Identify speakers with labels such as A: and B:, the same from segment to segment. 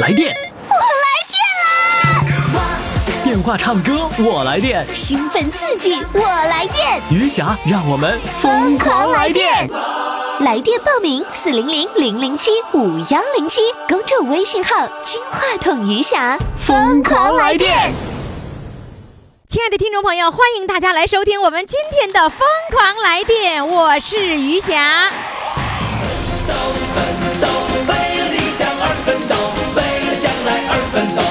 A: 来电，
B: 我来电啦！
A: 电话唱歌我来电，
B: 兴奋刺激我来电，
A: 余霞让我们疯狂来电。
B: 来电报名：四零零零零七五幺零七，公众微信号“金话筒余霞”，疯狂来电。
C: 亲爱的听众朋友，欢迎大家来收听我们今天的《疯狂来电》，我是余霞。
D: 奋斗，为了理想而奋斗，为了将来而奋斗。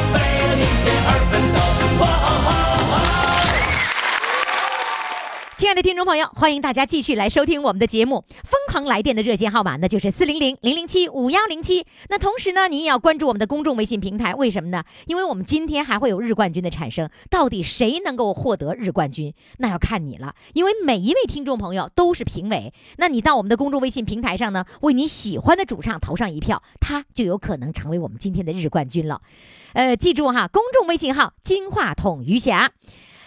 D: 为了明天而奋斗。哇
C: 亲爱的听众朋友，欢迎大家继续来收听我们的节目。疯狂来电的热线号码呢，就是四零零零零七五幺零七。那同时呢，你也要关注我们的公众微信平台，为什么呢？因为我们今天还会有日冠军的产生，到底谁能够获得日冠军，那要看你了。因为每一位听众朋友都是评委，那你到我们的公众微信平台上呢，为你喜欢的主唱投上一票，他就有可能成为我们今天的日冠军了。呃，记住哈，公众微信号“金话筒余霞”。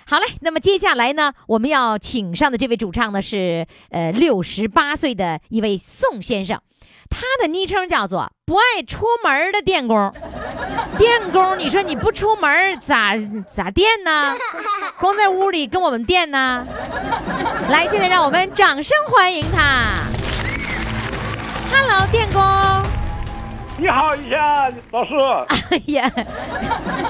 C: 好嘞，那么接下来呢，我们要请上的这位主唱呢是呃六十八岁的一位宋先生，他的昵称叫做“不爱出门的电工”。电工，你说你不出门儿咋咋电呢？光在屋里跟我们电呢？来，现在让我们掌声欢迎他。Hello，电工。
E: 你好，一下老师，
C: 哎呀，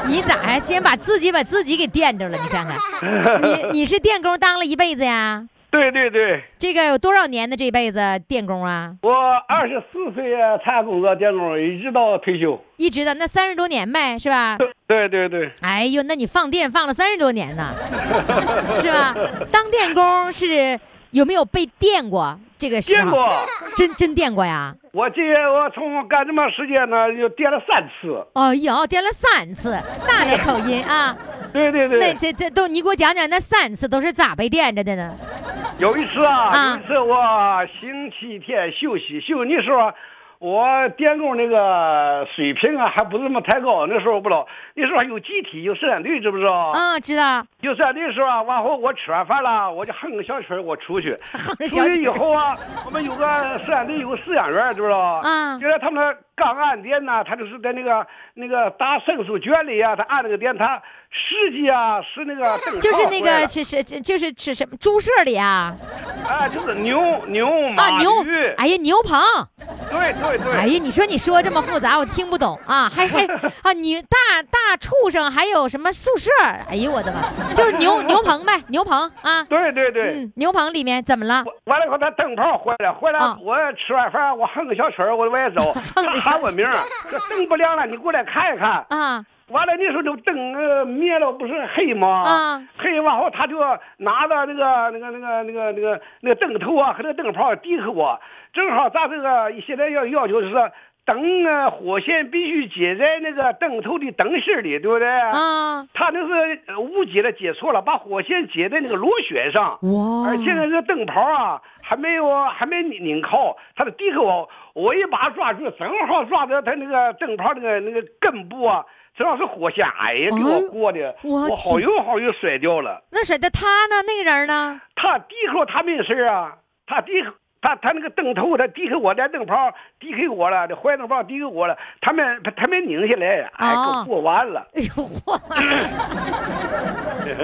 C: 你咋还先把自己把自己给电着了？你看看， 你你是电工当了一辈子呀？
E: 对对对，
C: 这个有多少年的这辈子电工啊？
E: 我二十四岁啊参加工作电工，一直到退休。
C: 一直的那三十多年呗，是吧？
E: 对对对对，
C: 哎呦，那你放电放了三十多年呢，是吧？当电工是有没有被电过？这个时
E: 电
C: 候
E: 过，
C: 真真电过呀？
E: 我这我从干这么时间呢，就电了三次。
C: 哎呦，电了三次，大连口音啊！
E: 对对
C: 那
E: 对，
C: 这这都你给我讲讲，那三次都是咋被电着的呢？
E: 有一次啊，
C: 啊
E: 有一次我星期天休息，休息的时候，我电工那个水平啊还不是那么太高，那时候不知道，那时候还有集体有生产队，知不知道？
C: 啊，知道，
E: 有生产队的时候啊，完后我吃完饭了，我就哼个小曲儿，我出去。
C: 哼着
E: 出
C: 小
E: 去
C: 曲
E: 以
C: 儿。
E: 后啊，我们有个饲养队有个饲养员，知不知道？
C: 嗯
E: 就是他们那刚按电呢，他就是在那个那个打牲畜圈里啊，他按那个电，他实际啊是那个灯
C: 就是
E: 泡
C: 那
E: 回来
C: 个，
E: 了
C: 是是，就是吃什么猪舍里啊，
E: 啊，就是牛牛马
C: 啊牛
E: 驴，，
C: 哎呀牛棚，
E: 对对对，
C: 哎呀，你说你说这么复杂，我听不懂 啊！还还啊，你大大畜生，还有什么宿舍？哎呦我的妈，就是牛牛棚呗，牛棚啊，
E: 对对对。
C: 嗯，牛棚里面怎么了？
E: 完完了以后，他灯泡回来，回来
C: 啊，
E: 我吃完饭，我哼个小曲儿，我我也 走
C: 哼
E: 他
C: 个小曲儿
E: 喊我名儿，说灯不亮了，你过来看一看。
C: 啊，
E: 完了那时候就灯呃灭了，不是黑吗？
C: 啊
E: 黑完后他就拿着那个那个那个那个那个那个灯头啊和那个灯泡递给我，正好咱这个现在要要求是说灯啊火线必须解在那个灯头的灯芯儿里，对不对？
C: 啊，
E: 他那是呃误解了，解错了，把火线解在那个螺旋上。
C: 哇
E: 啊而现在这个灯泡啊，还没有还没拧拧靠，他的递给我，我一把抓住，正好抓着他那个灯泡那个那个根部啊，正好是火线，哎呀，
C: 哎
E: 给
C: 呦
E: 我过的，
C: 我
E: 我好
C: 天
E: 悠好悠摔掉了。
C: 那谁的他呢？那个人呢？
E: 他递给我他没事儿啊，他递给他他那个灯头，他递给我的灯泡递给我了，这坏灯泡递给我了，他没他没拧下来，哎，给
C: 哦
E: 我过完了，
C: 哎呦我，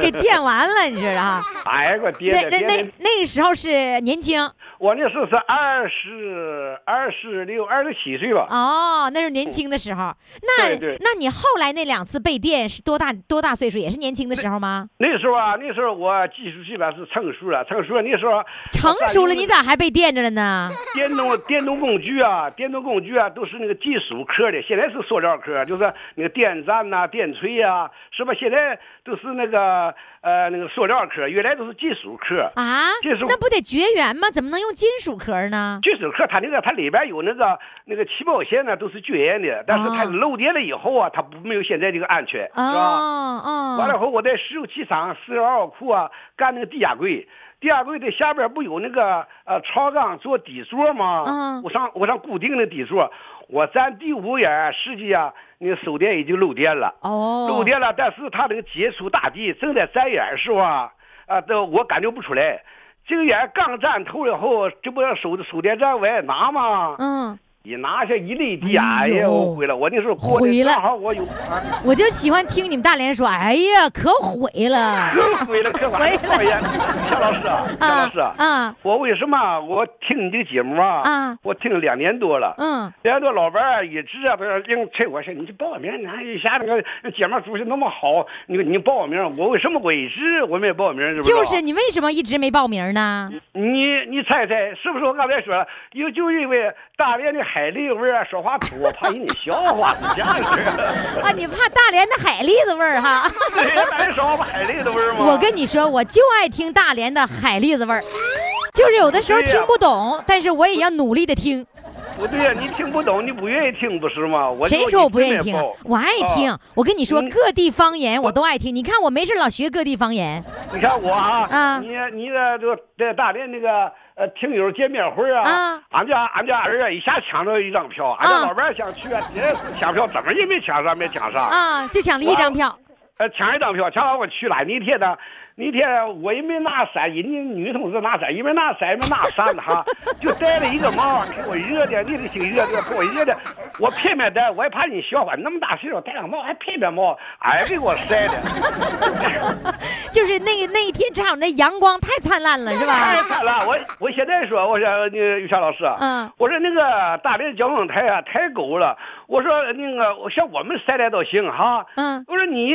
C: 给电完了，你知道 啊？
E: 哎，给我跌
C: 那
E: 的
C: 那
E: 跌的
C: 那。那个时候是年轻
E: 我那时候是二十二十六、二十七岁吧，
C: 哦，那是年轻的时候。那
E: 对对
C: 那你后来那两次被电是多大多大岁数？也是年轻的时候吗？
E: 那时候啊，那时候我技术基本是成熟了，成熟了。那时候
C: 成熟了，你咋还被电着了呢？
E: 电动电动工具啊，电动工具啊，都是那个金属壳的，现在是塑料壳，就是那个电钻呐、电锤呀、啊，是吧？现在都是那个呃那个塑料壳，原来都是金属壳。
C: 啊
E: 这是，
C: 那不得绝缘吗？怎么能用金属壳呢？
E: 金属壳它那个它里边有那个那个起跑线呢，都是绝缘的，但是它
C: 啊
E: 漏电了以后啊，它不没有现在这个安全，是吧？
C: 哦
E: 完了
C: 哦，
E: 后，我在石油气厂四幺二库啊干那个地下柜，第二个月的下边不有那个呃超杠做底座吗？
C: 嗯
E: 我上我上固定的底座，我粘第五眼，实际啊，那个手电已经漏电了。
C: 哦，
E: 漏电了，但是它那个接触大地，正在粘眼是吧？啊，这我感觉不出来。这个眼刚粘透了后，这不手手电站往外拿吗？
C: 嗯，
E: 一拿下一粒地，
C: 哎
E: 哎
C: 呦
E: 呀，我毁了！我那时候过
C: 毁
E: 的
C: 了
E: 正好我有，啊
C: 我就喜欢听你们大连说，哎呀，可毁 了，
E: 又毁了，可完
C: 毁了
E: 哎呀，夏 老师啊，夏老
C: 啊
E: 师啊，
C: 啊
E: 我为什么我听你这个节目啊？
C: 啊
E: 我听了两年多了。
C: 嗯，
E: 两年多老伴儿一直啊，不是硬催我说，你就报我名儿，你看一下那个姐们儿主持那么好，你你报我名儿，我为什么我一直我没有报我名儿？是不是？
C: 就是你为什么一直没报名 呢？
E: 你你猜猜，是不是我刚才说了？又就因为大连的海蛎味儿啊说话土，我怕引你笑话，是这样式儿。
C: 啊，你怕大连的海蛎子味儿哈？
E: 对，大连说话不海蛎的味儿吗？
C: 我跟你说，我就爱听大连的海蛎子味儿，就是有的时候
E: 对呀
C: 听不懂，但是我也要努力的听。
E: 不对啊呀、你听不懂，你不愿意听不是吗？我就
C: 谁说我不愿意听啊
E: 一直没报？
C: 我爱听
E: 啊。
C: 我跟你说，
E: 嗯
C: 各地方言我都爱听。你看我没事老学各地方言
E: 你看我啊，
C: 啊
E: 你你的这个在大连那个呃听友见面会啊，
C: 啊
E: 俺家俺家儿啊一下抢着一张票，俺
C: 啊
E: 家老伴儿想去啊，别人抢票怎么也没抢上，没抢上，
C: 啊，就抢了一张票。
E: 呃抢一张票，抢完我去了，那天呢。那天我也没拿伞，人家女同志拿伞，也没拿伞，也没拿伞的哈，就戴了一个帽，给我热的，那里挺热的，给我热的，我偏偏戴，我也怕你笑话，那么大岁数戴个帽还偏偏帽，哎，给我晒的。
C: 就是那那一天正好那阳光太灿烂了，是
E: 太
C: 吧？
E: 惨哎了！我我现在说，我说那个于霞老师，啊
C: 嗯，
E: 我说那个大连交通台啊太狗了，我说那个我像我们三代都行哈，
C: 嗯
E: 我说你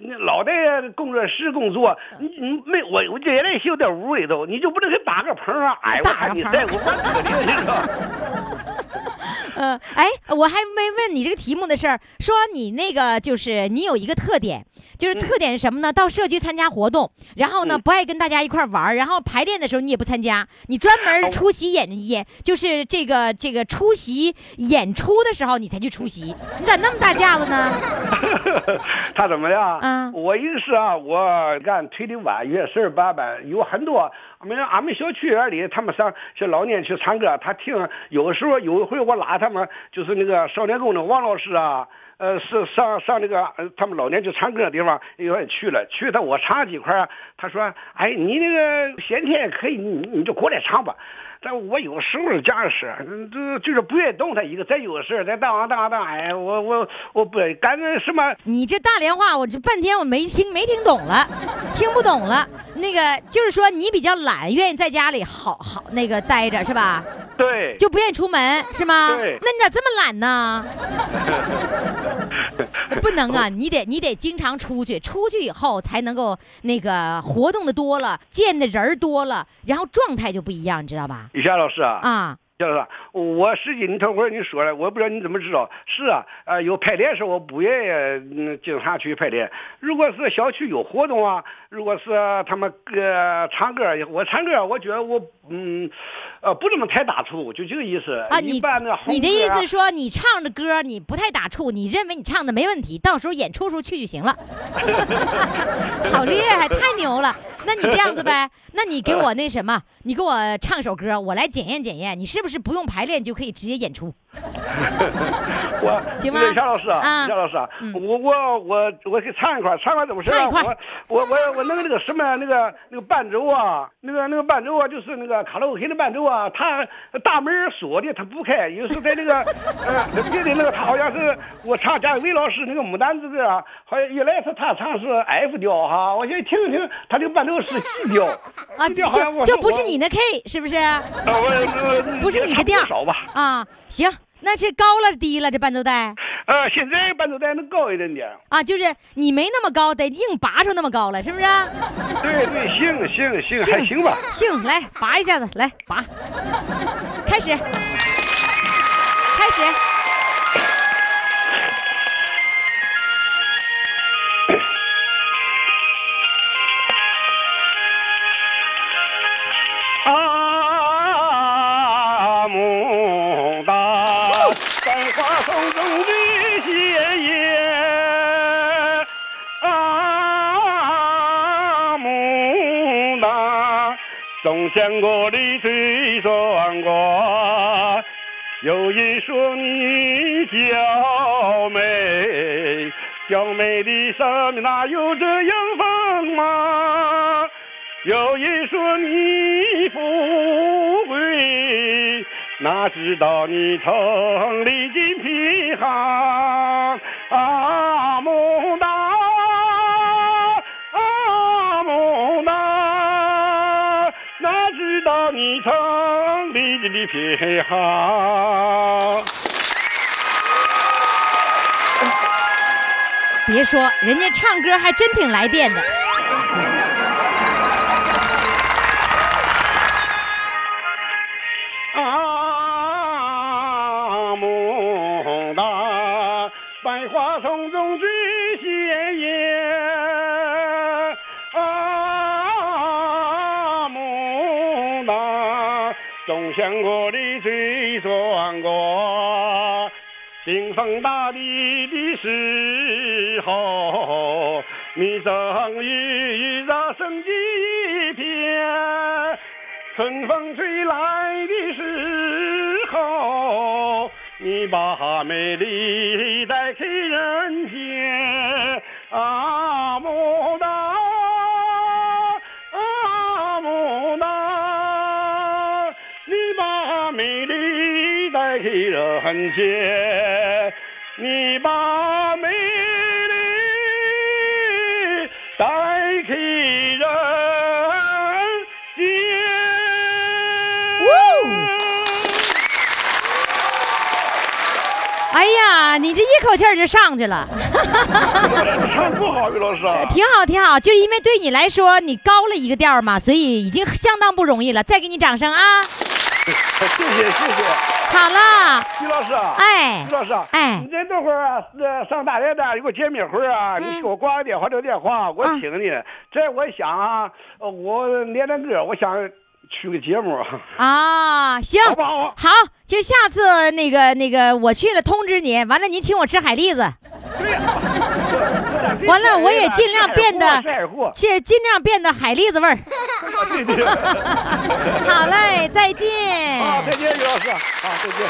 E: 你老在工作室工作，
C: 嗯
E: 你你没我我这原来就在屋里头，你就不能给打个棚啊？哎，我
C: 打个
E: 看你
C: 棚
E: 在我我可怜你 说，
C: 嗯，哎，我还没问你这个题目的事儿，说你那个就是你有一个特点，就是特点是什么呢？到社区参加活动，然后呢
E: 嗯
C: 不爱跟大家一块儿玩儿，然后排练的时候你也不参加，你专门
E: 我
C: 出席演演，就是这个这个出席演出的时候你才去出席，你咋那么大架子呢？
E: 他怎么样？
C: 嗯
E: 我一个是啊，我干推的晚，乐事儿八板有很多。我们俺们小区园里，他们上这老年去唱歌，他听。有时候有一回我拉他们，就是那个少年宫的王老师啊，呃，是上上那个呃他们老年去唱歌的地方，有人去了，去他我唱几块儿，啊他说，哎，你那个闲天也可以，你你就过来唱吧。但我有时候是这样式儿，嗯就就是不愿意动他一个，再有事儿再当啊当啊当，哎，我我我不干那什么。
C: 你这大
E: 啊
C: 连啊话我这半天我没听没听懂了，听不懂了。那个就是说你比较懒，愿意在家里好好那个待着是吧？
E: 对，
C: 就不愿意出门是吗？
E: 对
C: 那你咋这么懒呢？ 不能啊，你得你得经常出去，出去以后才能够那个活动的多了，见的人儿多了，然后状态就不一样，你知道吧？
E: 雨霞老师啊，
C: 啊，
E: 夏老师，我实际你头回你说了，我不知道你怎么知道，是啊，呃，有排练时候我不愿意嗯经常去排练。如果是小区有活动啊，如果是他们呃唱歌，我唱歌，我觉得我嗯，呃，不怎么太打怵，就这个意思。
C: 啊，
E: 一
C: 你
E: 般的
C: 你的意思是
E: 是？
C: 说你唱着歌你不太打怵，你认为你唱的没问题，到时候演出时候去就行了。 好厉害，太牛了！那你这样子 呗，那你给我那什么，你给我唱首歌，我来检验检验，你是不是不用排练就可以直接演出？
E: 我
C: 行吗
E: 那个夏老师
C: 啊
E: 夏老师啊
C: 嗯，
E: 我我我我给唱一块儿，唱完怎么事儿
C: 唱
E: 啊？
C: 一块儿
E: 我我我我那个那个什么那个那个伴奏啊，那个那个伴奏啊，就是那个卡拉 OK 的伴奏啊，他大门儿锁的，他不开，有时候在那个呃别的那个他好像是我唱贾伟老师那个牡丹之歌啊，好像原来是他唱是 F 调哈，我现在听一听他这个伴奏是 G 调
C: 啊，
E: ，G 调好像
C: 就
E: 我
C: 就不是
E: 我
C: 你的 K 是不是？啊
E: 呃我我
C: 不是你的调儿
E: 少吧？
C: 啊，行，那是高了低了这伴奏带
E: 呃，现在伴奏带能高一点点儿。
C: 啊，就是你没那么高，得硬拔出那么高了，是不是？
E: 对对，行行行，还行吧。
C: 行，来拔一下子，来拔，开始，开始。
E: 阿姆达，繁华丛中的鲜叶。阿姆达，
F: 梦想过的最壮观。有人说你娇美，娇美的生命哪有这样丰满？有人说你富贵，哪知道你曾历尽贫寒。啊，孟达，啊，孟达，哪知道你曾历尽的贫寒。
C: 别说，人家唱歌还真挺来电的。
F: 啊，牡丹，百花丛中最鲜艳。啊，牡丹，总想过的最壮观。顶风大地的时候，你终于遇到生机一片。春风吹来的时候，你把美丽带给人间。啊，牡丹，啊，牡丹，你把美丽带给人间，你把美丽带给人间。
C: 哎呀，你这一口气儿就上去了，
F: 唱不好，于老师啊。
C: 呃挺好，挺好。就是因为对你来说，你高了一个调儿嘛，所以已经相当不容易了。再给你掌声啊！
F: 谢谢谢谢，
C: 好了，
F: 于老师啊，
C: 哎
F: 于老师啊，
C: 哎
F: 你这等会儿啊，呃，上大连的有个见面会啊，
C: 嗯
F: 你给我挂个电话，这个电话我请你。这我想啊，呃我连着歌，我想取个 节目，
C: 啊，行，
F: 好不好？
C: 好，就下次那个那个我去了通知你，完了您请我吃海蛎子，完了我也尽量变得
F: 晒货，
C: 尽尽量变得海蛎子味儿。
F: 对对。
C: 好嘞，再见。
F: 好，哦再见，于老师，好，再见。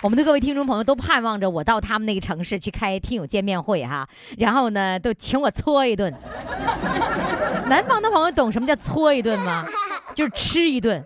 C: 我们的各位听众朋友都盼望着我到他们那个城市去开听友见面会哈，然后呢，都请我搓一顿。南方的朋友懂什么叫搓一顿吗？就是吃一顿。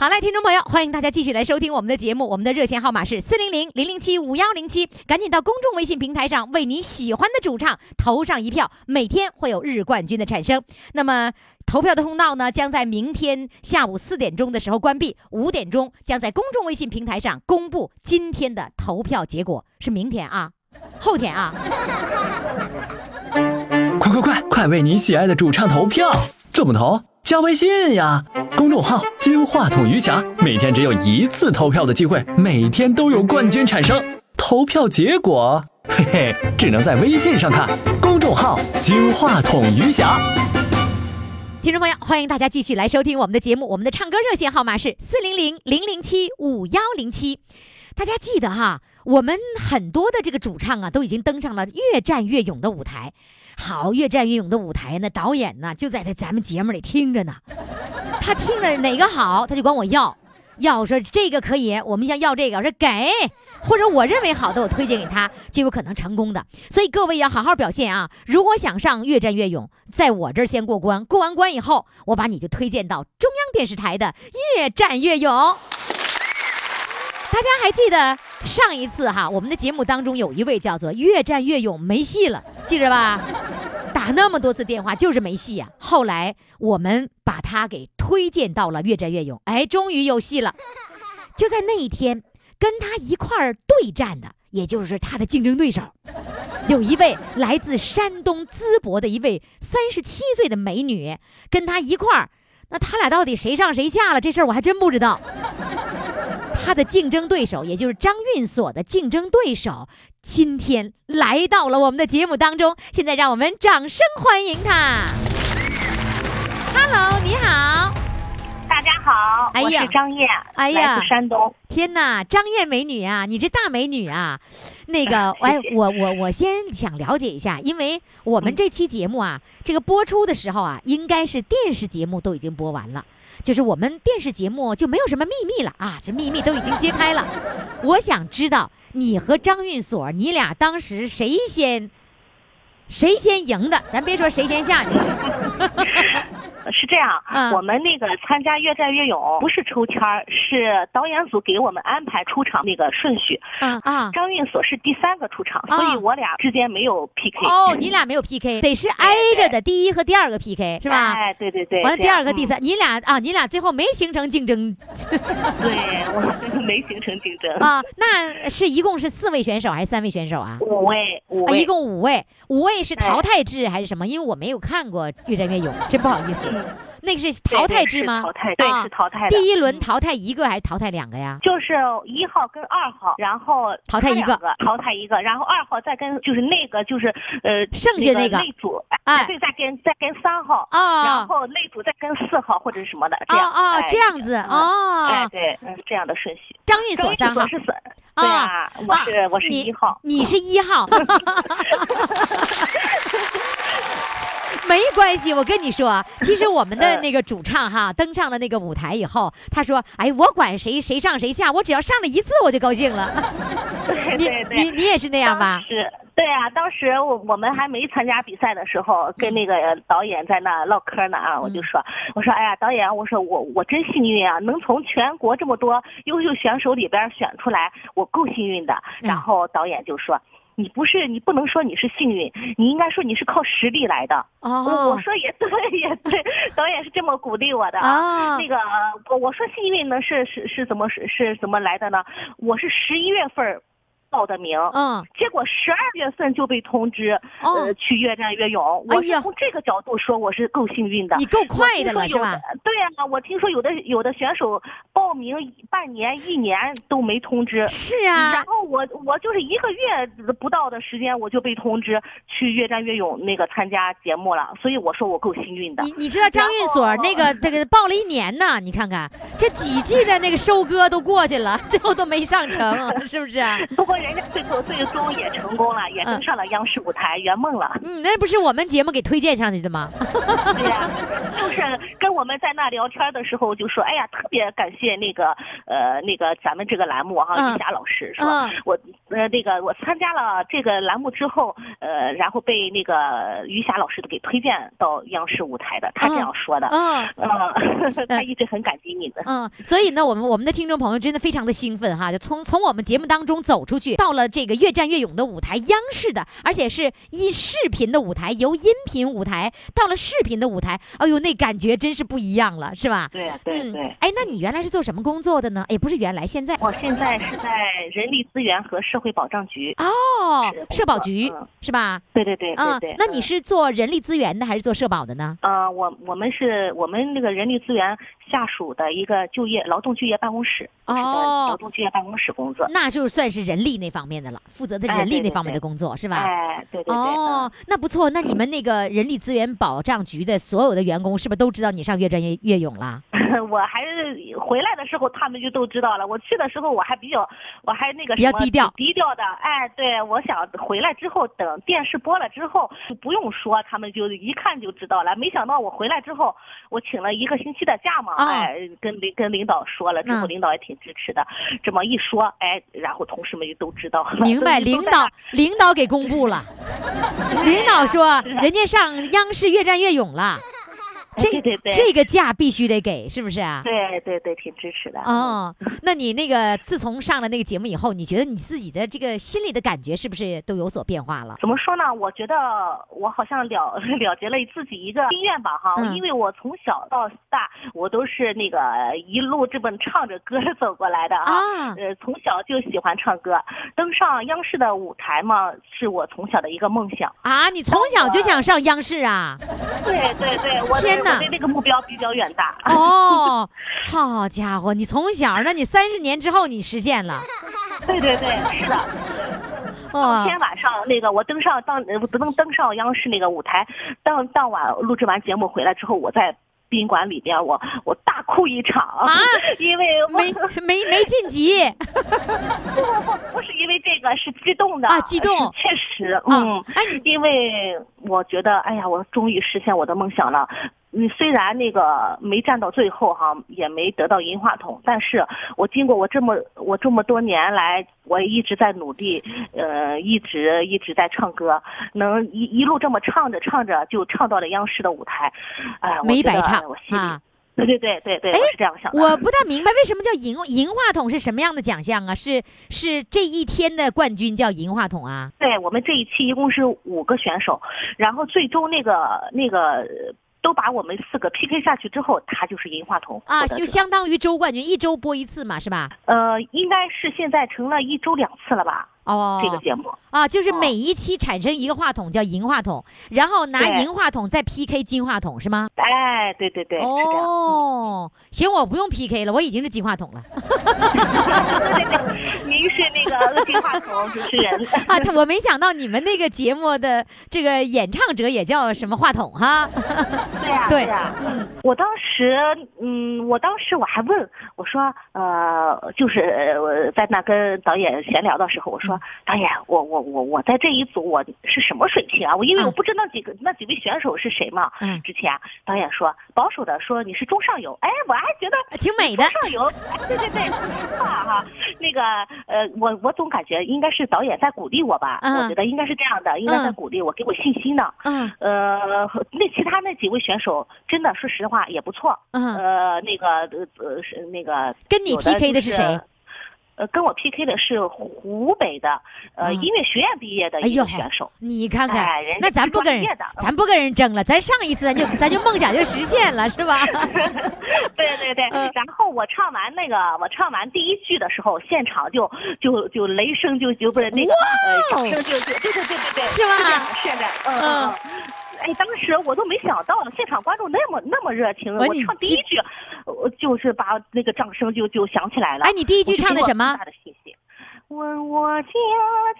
C: 好嘞，听众朋友，欢迎大家继续来收听我们的节目。我们的热线号码是四零零零零七五幺零七，赶紧到公众微信平台上为你喜欢的主唱投上一票，每天会有日冠军的产生。那么。投票的通道呢，将在明天下午四点钟的时候关闭，五点钟将在公众微信平台上公布今天的投票结果，是明天啊，后天啊。
A: 快快快，快为你喜爱的主唱投票！怎么投？加微信呀，公众号“金话筒余霞”，每天只有一次投票的机会，每天都有冠军产生。投票结果，嘿嘿，只能在微信上看。公众号“金话筒余霞”。
C: 听众朋友，欢迎大家继续来收听我们的节目。我们的唱歌热线号码是四零零零零七五幺零七。大家记得哈，我们很多的这个主唱啊，都已经登上了越战越勇的舞台。好，越战越勇的舞台呢，导演呢就在他咱们节目里听着呢。他听着哪个好，他就管我要，要说这个可以，我们想要这个，我说给，或者我认为好的，我推荐给他，就有可能成功的。所以各位要好好表现啊！如果想上越战越勇，在我这儿先过关，过完关以后，我把你就推荐到中央电视台的越战越勇。大家还记得上一次哈，我们的节目当中有一位叫做“越战越勇”没戏了，记着吧？ 打那么多次电话就是没戏呀、后来我们把他给推荐到了“越战越勇”，哎，终于有戏了。就在那一天，跟他一块儿对战的，也就是他的竞争对手，有一位来自山东淄博的一位三十七岁的美女，跟他一块儿。那他俩到底谁上谁下了？这事儿我还真不知道。他的竞争对手，也就是张运所的竞争对手，今天来到了我们的节目当中。现在让我们掌声欢迎他。Hello，你好。
G: 大家
H: 好，
C: 哎
H: 我
C: 呀
H: 是张燕，
C: 哎呀
H: 来自山东。
C: 天呐，张燕美女啊，你这大美女啊！那 个，哎，我我我先想了解一下，因为我们这期节目啊，这个播出的时候啊，应该是电视节目都已经播完了，就是我们电视节目就没有什么秘密了啊，这秘密都已经揭开了。我想知道你和张运锁，你俩当时谁先谁先赢的？咱别说谁先下去了，
H: 是这样，啊
C: 嗯
H: 我们那个参加《越战越勇》不是抽签儿，是导演组给我们安排出场那个顺序。
C: 啊啊！
H: 张运锁是第三个出场，
C: 啊
H: 所以我俩之间没有 PK。
C: 哦，你俩没有 PK，得是挨着的第一和第二个 PK 是吧？
H: 哎，对对对。
C: 完了，
H: 这
C: 第
H: 样
C: 二个、第、三，你俩啊，你俩最后没形成竞争
H: 嗯对我没形成竞 争。
C: 啊？那是一共是四位选手还是三位选手啊？
H: 五位，五
C: 啊，
H: 位。
C: 一共五位，五位是
H: 对
C: 淘汰制还是什么？因为我没有看过《越战越勇》，真不好意思
H: 嗯。
C: 那个是
H: 对
C: 淘汰
H: 对
C: 制
H: 是
C: 吗？
H: 淘汰，对，
C: 啊
H: 是淘汰的。
C: 第一轮
H: 嗯
C: 淘汰一个还是淘汰两个呀？
H: 就是一号跟二号，然后
C: 淘汰一个
H: 他两淘汰一个，然后二号再跟就是那个就是呃
C: 剩下那
H: 那
C: 个
H: 个内组，
C: 哎
H: 对，再跟再跟三号，
C: 啊
H: 然后内组再跟四号或者什么的，这
C: 哦
H: 样
C: 哦
H: 哎，
C: 这样子
H: 嗯
C: 哦
H: 哎，，对，嗯，这样的顺序。
C: 张运锁三号
H: 我是三，对啊，我是我是
C: 你
H: 一号，
C: 你是一号， 没关系。我跟你说啊，其实我们的
H: 嗯
C: 那个主唱哈，登上了那个舞台以后，他说：“哎，我管谁谁上谁下，我只要上了一次我就高兴了。
H: 对
C: 你
H: 对”对
C: 你。你也是那样吧？
H: 是，对啊，当时我我们还没参加比赛的时候，
C: 嗯
H: 跟那个导演在那唠嗑呢啊，我就说，我说哎呀，导演，我说我我真幸运啊，能从全国这么多优秀选手里边选出来，我够幸运的。然
C: 嗯
H: 后导演就说。你不是，你不能说你是幸运，你应该说你是靠实力来的。我
C: 哦
H: 我说也对，也对，导演是这么鼓励我的啊。
C: 哦
H: 那个我我说幸运呢是是是怎么是是怎么来的呢？我是十一月份儿报的名，
C: 嗯
H: 结果十二月份就被通知，
C: 哦
H: 呃，，去越战越勇。
C: 哎
H: 我是
C: 呀
H: 从这个角度说，我是够幸运的。
C: 你够
H: 我
C: 快
H: 听
C: 的
H: 说
C: 了是
H: 有
C: 吧？？
H: 对呀、我听说有的有的选手报名半年、一年都没通知。
C: 是
H: 然
C: 啊，
H: 后我我就是一个月不到的时间，我就被通知去越战越勇那个参加节目了，所以我说我够幸运的。
C: 你你知道张运锁那个 这个报了一年呢，你看看这几季的那个收割都过去了，最后都没上 成，是不是啊？
H: 不过人家最后最终也成功了，也登上了央视舞台，圆梦了。
C: 嗯，那不是我们节目给推荐上去的吗？
H: 对呀、 就是跟我们在那聊天的时候就说，哎呀，特别感谢那个呃那个咱们这个栏目哈、
C: 嗯
H: 李霞老师说，
C: 嗯
H: 我呃那个我参加了这个栏目之后，呃，然后被那个于霞老师给推荐到央视舞台的，他这样说的，
C: 嗯。
H: 嗯， 他一直很感激你的。
C: 嗯，所以呢，我们我们的听众朋友真的非常的兴奋哈，就从从我们节目当中走出去，到了这个越战越勇的舞台，央视的，而且是一视频的舞台，由音频舞台到了视频的舞台，哎呦，那感觉真是不一样了，是吧？
H: 对呀对对
C: 嗯，，哎，那你原来是做什么工作的呢？哎，不是原来，现在
H: 我现在是在人力资源和社会保障局。
C: 哦
H: 是工，作
C: 社保局、
H: 嗯
C: 是吧？
H: 对对对
C: 啊
H: 对对，。
C: 那你
H: 嗯
C: 是做人力资源的还是做社保的呢？
H: 呃，我我们是我们那个人力资源下属的一个就业劳动就业办公室，我是在
C: 哦
H: 劳动就业办公室工作。
C: 那就算是人力那方面的了，负责的
H: 哎
C: 人力
H: 对
C: 那
H: 对
C: 方面
H: 对
C: 的工作是吧？
H: 哎，对对对，
C: 哦，那不错。那你们那个人力资源保障局的所有的员工，是不是都知道你上越战越越勇了？
H: 嗯 我还是回来的时候他们就都知道了。我去的时候我还比较，我还那个
C: 比
H: 什
C: 较
H: 么
C: 低调
H: 低调的。哎，对，我想回来之后等电视播了之后就不用说，他们就一看就知道了。没想到我回来之后，我请了一个星期的假嘛，
C: 啊
H: 哎，跟领跟领导说了之后，
C: 嗯
H: 领导也挺支持的。这么一说，哎，然后同事们就都知道了。
C: 明白，
H: 都
C: 领
H: 都在那
C: 导领导给公布 了，领导说人家上央视越战越勇 了，这
H: 对对对
C: 这个假必须得给，是不是啊？
H: 对对对，挺支持的。
C: 哦，那你那个自从上了那个节目以后，你觉得你自己的这个心里的感觉是不是都有所变化了？
H: 怎么说呢？我觉得我好像了 了结了自己一个心愿吧，哈、
C: 嗯
H: 因为我从小到大，我都是那个一路这么唱着歌儿走过来的啊。
C: 啊，
H: 呃，从小就喜欢唱歌，登上央视的舞台嘛，是我从小的一个梦想。
C: 啊，你从小就想上央视啊？
H: 对对对，我对
C: 天哪
H: 我对这个目标比较远大。
C: 哦，好家伙，你从小，那你三十年之后你实现了，
H: 对对对，是的。
C: 哦
H: 当天晚上那个我登上当呃不能登上央视那个舞台，当当晚录制完节目回来之后，我在宾馆里边，我我大哭一场，
C: 啊
H: 因为我
C: 没没没晋级
H: 不是因为这个，是激动的
C: 啊激动
H: 是确实，
C: 啊
H: 嗯，！
C: 哎，你
H: 因为我觉得，哎呀，我终于实现我的梦想了。嗯，虽然那个没站到最后哈、也没得到银话筒，但是我经过我这么我这么多年来，我一直在努力，呃，一直一直在唱歌，能一一路这么唱着唱着就唱到了央视的舞台，哎、我
C: 没
H: 觉
C: 白
H: 得
C: 唱
H: 我心里、
C: 啊！
H: 对对对对对，
C: 哎
H: 我是这样想的。
C: 我不大明白为什么叫银银话筒是什么样的奖项啊？是是这一天的冠军叫银话筒啊？
H: 对我们这一期一共是五个选手，然后最终那个那个都把我们四个 PK 下去之后，他就是银话筒
C: 啊，
H: 获得者
C: 就相当于周冠军，一周播一次嘛，是吧？
H: 呃，应该是现在成了一周两次了吧？
C: 哦，
H: 这个节目
C: 啊，就是
H: 哦
C: 每一期产生一个话筒叫银话筒，然后拿
H: 对
C: 银话筒再 PK 金话筒是吗？
H: 哎，对对对，是这样。
C: 哦，行，我不用 PK 了，我已经是金话筒了
H: 您是那个金话筒主持人，
C: 啊！他我没想到你们那个节目的这个演唱者也叫什么话筒哈？
H: 对呀、
C: 对
H: 对呀、我当时，嗯，我当时我还问我说，呃，就是呃我在那跟导演闲聊的时候，我
C: 嗯
H: 说，导演，我我我我在这一组我是什么水平啊？我因为
C: 嗯
H: 我不知道那几个、那几位选手是谁嘛。
C: 嗯，
H: 之前啊导演说保守的说你是中上游，哎，我还觉得
C: 呃挺美的
H: 中上游，哎，
C: 啊
H: 对对对，不错哈。那个呃，我我总感觉应该是导演在鼓励我吧，
C: 嗯
H: 我觉得应该是这样的，应该在
C: 嗯
H: 鼓励我，给我信心呢。
C: 嗯
H: 呃，和那其他那几位选手真的说实话也不错。
C: 嗯，
H: 呃，那个呃呃是那个
C: 跟你
H: 有的
C: PK 的
H: 就是
C: 谁？？
H: 呃，跟我 PK 的是湖北的
C: 啊
H: 呃音乐学院毕业的
C: 哎
H: 一个
C: 呦
H: 选手。
C: 你看看
H: 哎人，家
C: 那咱
H: 是
C: 不
H: 专
C: 跟人
H: 业的，嗯
C: 咱不跟人争了，咱上一次咱就咱就梦想就实现了，是吧？
H: 对对对
C: 嗯，
H: 然后我唱完那个，我唱完第一句的时候，现场就就就雷声就就不是那个
C: 哇哦
H: 呃掌声就就对对对对对，
C: 是吧
H: 是的，是的，嗯嗯。嗯哎，当时我都没想到，现场观众那么那么热情，
C: 哇
H: 我
C: 哦你
H: 唱第
C: 激
H: 一句，我就是把那个掌声就就响起来了。
C: 哎，你第一句唱的什
H: 我就给我
C: 么
H: 很？大的信心？问我家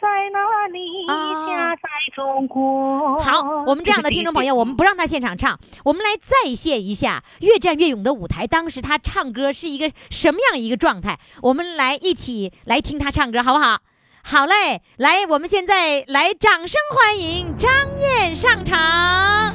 H: 在哪里？
C: 啊
H: 家在中国。
C: 好，我们这样的听众朋友，我们不让他现场唱，我们来再现一下《越战越勇》的舞台，当时他唱歌是一个什么样一个状态？我们来一起来听他唱歌，好不好？好嘞，来，我们现在来掌声欢迎张燕上场。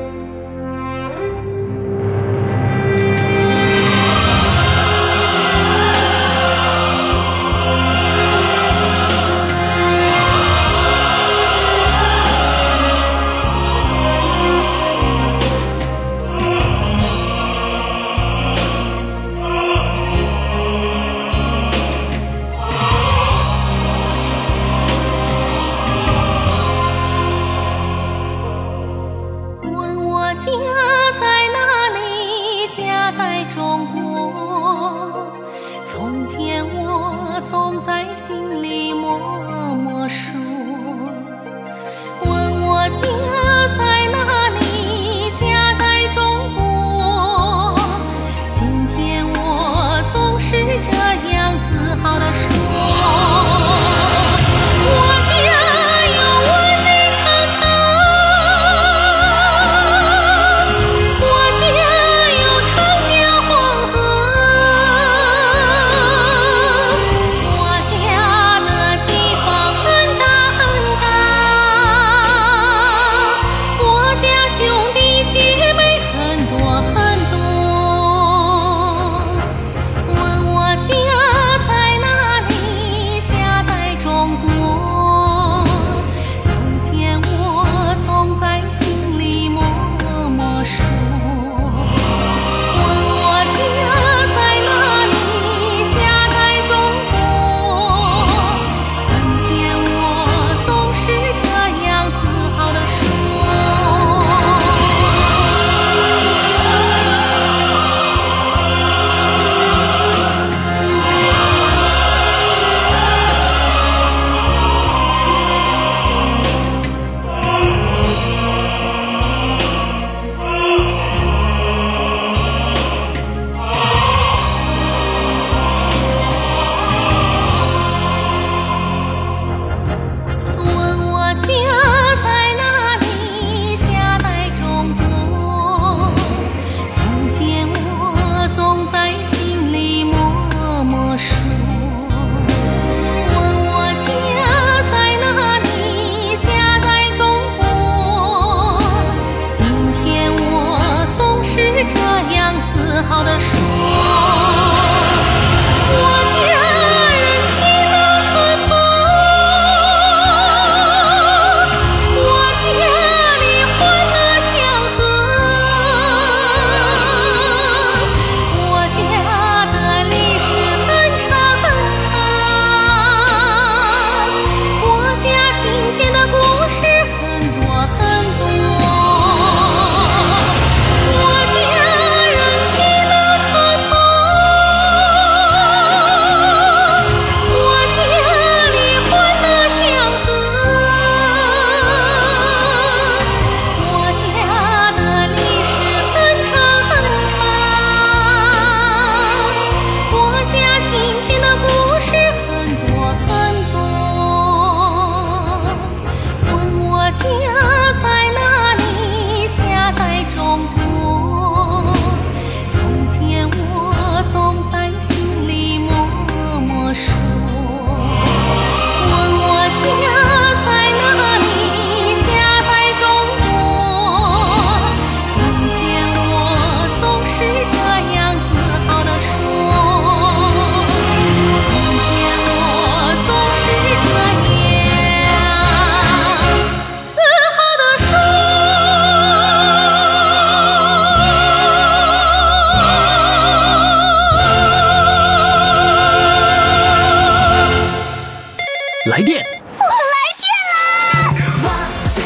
I: 我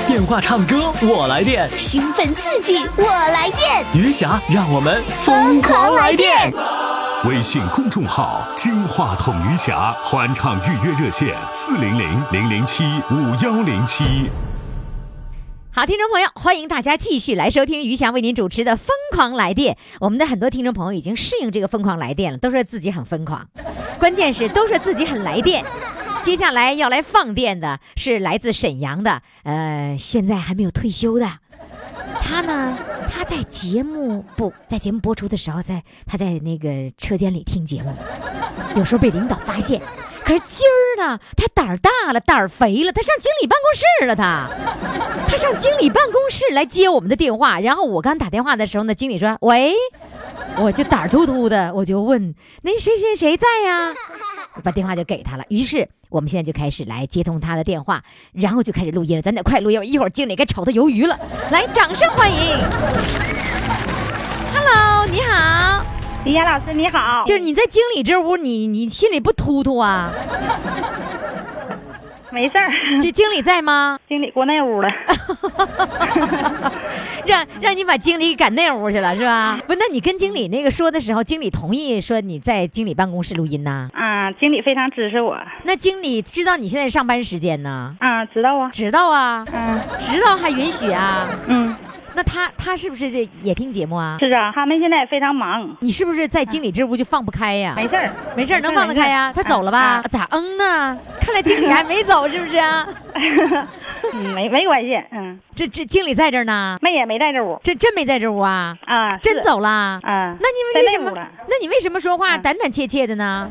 A: 电话唱歌我来电，
B: 兴奋刺激，我来电，
A: 余霞让我们
B: 疯狂来电！
I: 微信公众号“金话筒余霞”欢唱预约热线：四零零零零七五幺零七。
C: 好，听众朋友，欢迎大家继续来收听于翔为您主持的《疯狂来电》。我们的很多听众朋友已经适应这个“疯狂来电”了，都说自己很疯狂，关键是都说自己很来电。接下来要来放电的是来自沈阳的，呃，现在还没有退休的，他呢，他在节目不在节目播出的时候，在他在那个车间里听节目，有时候被领导发现。可是今儿呢，他胆儿大了，胆儿肥了，他上经理办公室了，他。他上经理办公室来接我们的电话，然后我刚打电话的时候呢，经理说：“喂。”我就胆儿突突的，我就问：“那谁谁谁在呀？”我把电话就给他了。于是我们现在就开始来接通他的电话，然后就开始录音了。咱得快录音，一会儿经理该炒他鱿鱼了。来，掌声欢迎。Hello，你好，
J: 李岩老师你好，
C: 就是你在经理这屋，你你心里不突突啊？
J: 没事儿，
C: 这经理在吗？
J: 经理过那屋了。
C: 让让你把经理赶那屋去了是吧？不，那你跟经理那个说的时候，经理同意说你在经理办公室录音呐、
J: 啊，经理非常支持我。
C: 那经理知道你现在上班时间呢？
J: 啊，知道啊。
C: 知道啊，
J: 嗯
C: 知道还允许啊？
J: 嗯，
C: 那他他是不是这也听节目啊？
J: 是啊，他们现在也非常忙。
C: 你是不是在经理这屋就放不开呀、
J: 没事儿，
C: 没事儿，能放得开呀、他走了吧？
J: 啊
C: 咋嗯呢？看来经理还没走，是不是、啊？
J: 嗯 没没关系，嗯，
C: 这这经理在这儿呢，
J: 妹也没在这屋
C: 这真没在这屋啊？
J: 啊，
C: 真
J: 是，
C: 走了？
J: 啊，
C: 那你
J: 在
C: 为
J: 那
C: 什
J: 屋
C: 么
J: 了？啊
C: 那你为什么说话胆胆怯怯 的呢？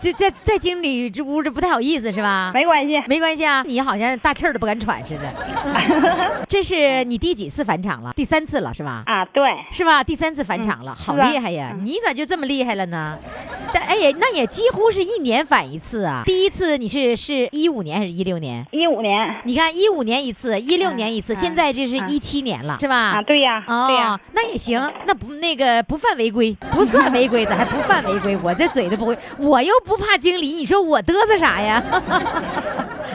C: 就在在经理这屋，这不太好意思是吧？
J: 没关系，
C: 没关系啊，你好像大气儿都不敢喘似的。 这是你第几次返场了？第三次了是吧？
J: 啊，对，嗯
C: 是吧？第三次返场了，好
J: 是吧
C: 厉害呀！你咋就这么厉害了呢？但哎呀，那也几乎是一年返一次啊。第一次你是是一五年还是一六年？
J: 一五年
C: 你看一五年一次，一六年一次，
J: 嗯
C: 现在这是
J: 嗯
C: 一七年了，是
J: 啊，
C: 吧？
J: 对呀，对呀
C: 哦，，那也行，那不那个不犯违规，不算违规，咋还不犯违规？我这嘴都不会，我又不怕经理，你说我嘚瑟啥呀？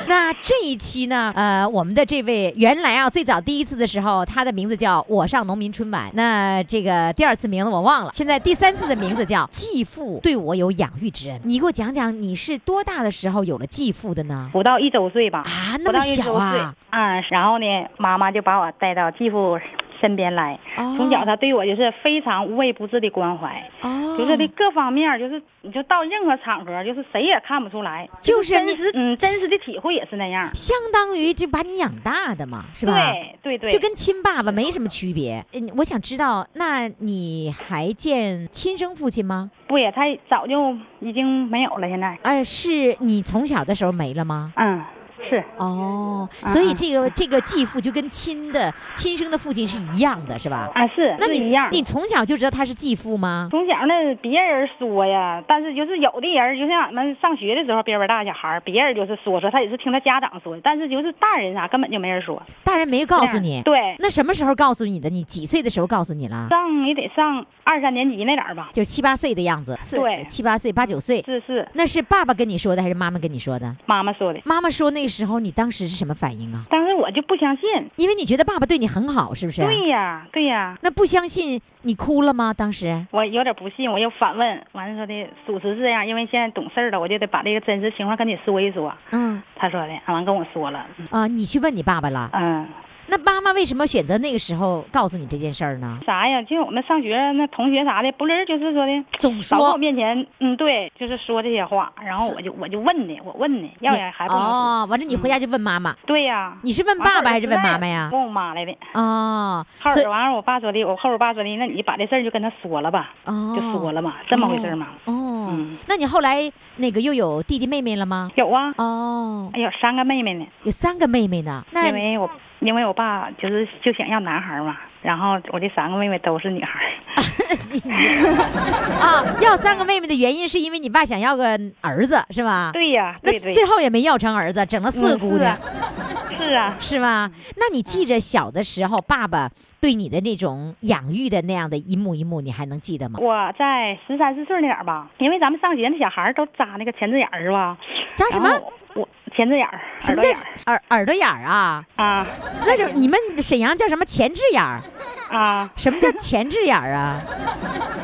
C: 那这一期呢，呃，我们的这位原来啊，最早第一次的时候，他的名字叫“我上农民春晚”，那这个第二次名字我忘了，现在第三次的名字叫“继父对我有养育之恩”。你给我讲讲，你是多大的时候有了继父的呢？
J: 不到一周岁吧，
C: 啊，
J: 不
C: 那么
J: 到一
C: 小
J: 周岁
C: 啊！，
J: 啊，然后呢，妈妈就把我带到继父身边来，从小
C: 哦
J: 他对我就是非常无微不至的关怀，
C: 哦，
J: 就是的各方面，就是你就到任何场合，就是谁也看不出来，
C: 就是
J: 真
C: 你
J: 实，嗯，真实的体会也是那样，
C: 相当于就把你养大的嘛，是吧？
J: 对对对，
C: 就跟亲爸爸没什么区别。嗯，我想知道，那你还见亲生父亲吗？
J: 不也他早就已经没有了，现在，
C: 哎、是你从小的时候没了吗？
J: 嗯，是
C: 哦，
J: 嗯
C: 所以这个、这个继父就跟亲的亲生的父亲是一样的，是吧？
J: 啊是，
C: 那
J: 是
C: 你
J: 一样。
C: 你从小就知道他是继父吗？
J: 从小那别人说呀，但是就是有的人，就像俺们上学的时候，边边大小孩儿，别人就是说说，他也是听他家长说的，但是就是大人啥根本就没人说。
C: 大人没告诉你。
J: 对，
C: 那什么时候告诉你的？你几岁的时候告诉你了？
J: 上也得上二三年级那点儿吧。
C: 就七八岁的样子，四
J: 对
C: 七八岁八九岁。
J: 是是，
C: 那是爸爸跟你说的还是妈妈跟你说的？
J: 妈妈说的。
C: 妈妈说那时候你当时是什么反应啊？
J: 当时我就不相信。
C: 因为你觉得爸爸对你很好，是不是？
J: 对呀，对呀，
C: 那不相信你哭了吗？当时
J: 我有点不信，我又反问，完了说的属实是这样，因为现在懂事儿了，我就得把这个真实情况跟你说一说。
C: 嗯
J: 他说的，完跟我说了，嗯
C: 啊、你去问你爸爸了。
J: 嗯，
C: 那妈妈为什么选择那个时候告诉你这件事儿呢？
J: 啥呀？就我们上学那同学啥的，不是就是说的。
C: 总
J: 倒在我
C: 说
J: 面前，嗯，对，就是说这些话，然后我就我就问呢，我问呢，要不然还不能嗯说。
C: 哦，完了你回家就问妈妈，
J: 对呀、
C: 你是问爸爸还是问妈妈
H: 哎
C: 呀？
J: 问我妈来的。
C: 哦，
J: 后
C: 所以
J: 边完了，我爸说的，我后边我爸说的，那你把这事儿就跟他说了吧，
C: 哦
J: 就说了嘛，这么回事嘛。
C: 哦。哦
J: 嗯
C: 那你后来那个又有弟弟妹妹了吗？
J: 有啊，
C: 哦，
J: 哎呦，三个妹妹呢，
C: 有三个妹妹呢。那
J: 因为我因为我爸就是就想要男孩儿嘛，然后我这三个妹妹都是女孩儿。
C: 啊，要三个妹妹的原因是因为你爸想要个儿子是吧？
J: 对呀、对
C: 那
J: 对，
C: 最后也没要成儿子，整了四个
J: 嗯
C: 姑娘。
J: 是啊。是啊
C: 是吧？那你记着小的时候爸爸对你的那种养育的那样的一幕一幕，你还能记得吗？
J: 我在十三四岁那点儿吧，因为咱们上学那小孩儿都扎那个前置眼儿是吧？
C: 扎什么
J: 然后？
G: 我前子眼儿、
C: 什
G: 耳
C: 么
G: 朵
C: 叫
G: 眼儿
C: 耳耳朵眼儿啊？
G: 啊
C: 那就你们沈阳叫什么前置眼儿？
G: 啊，
C: 什么叫前置眼儿啊？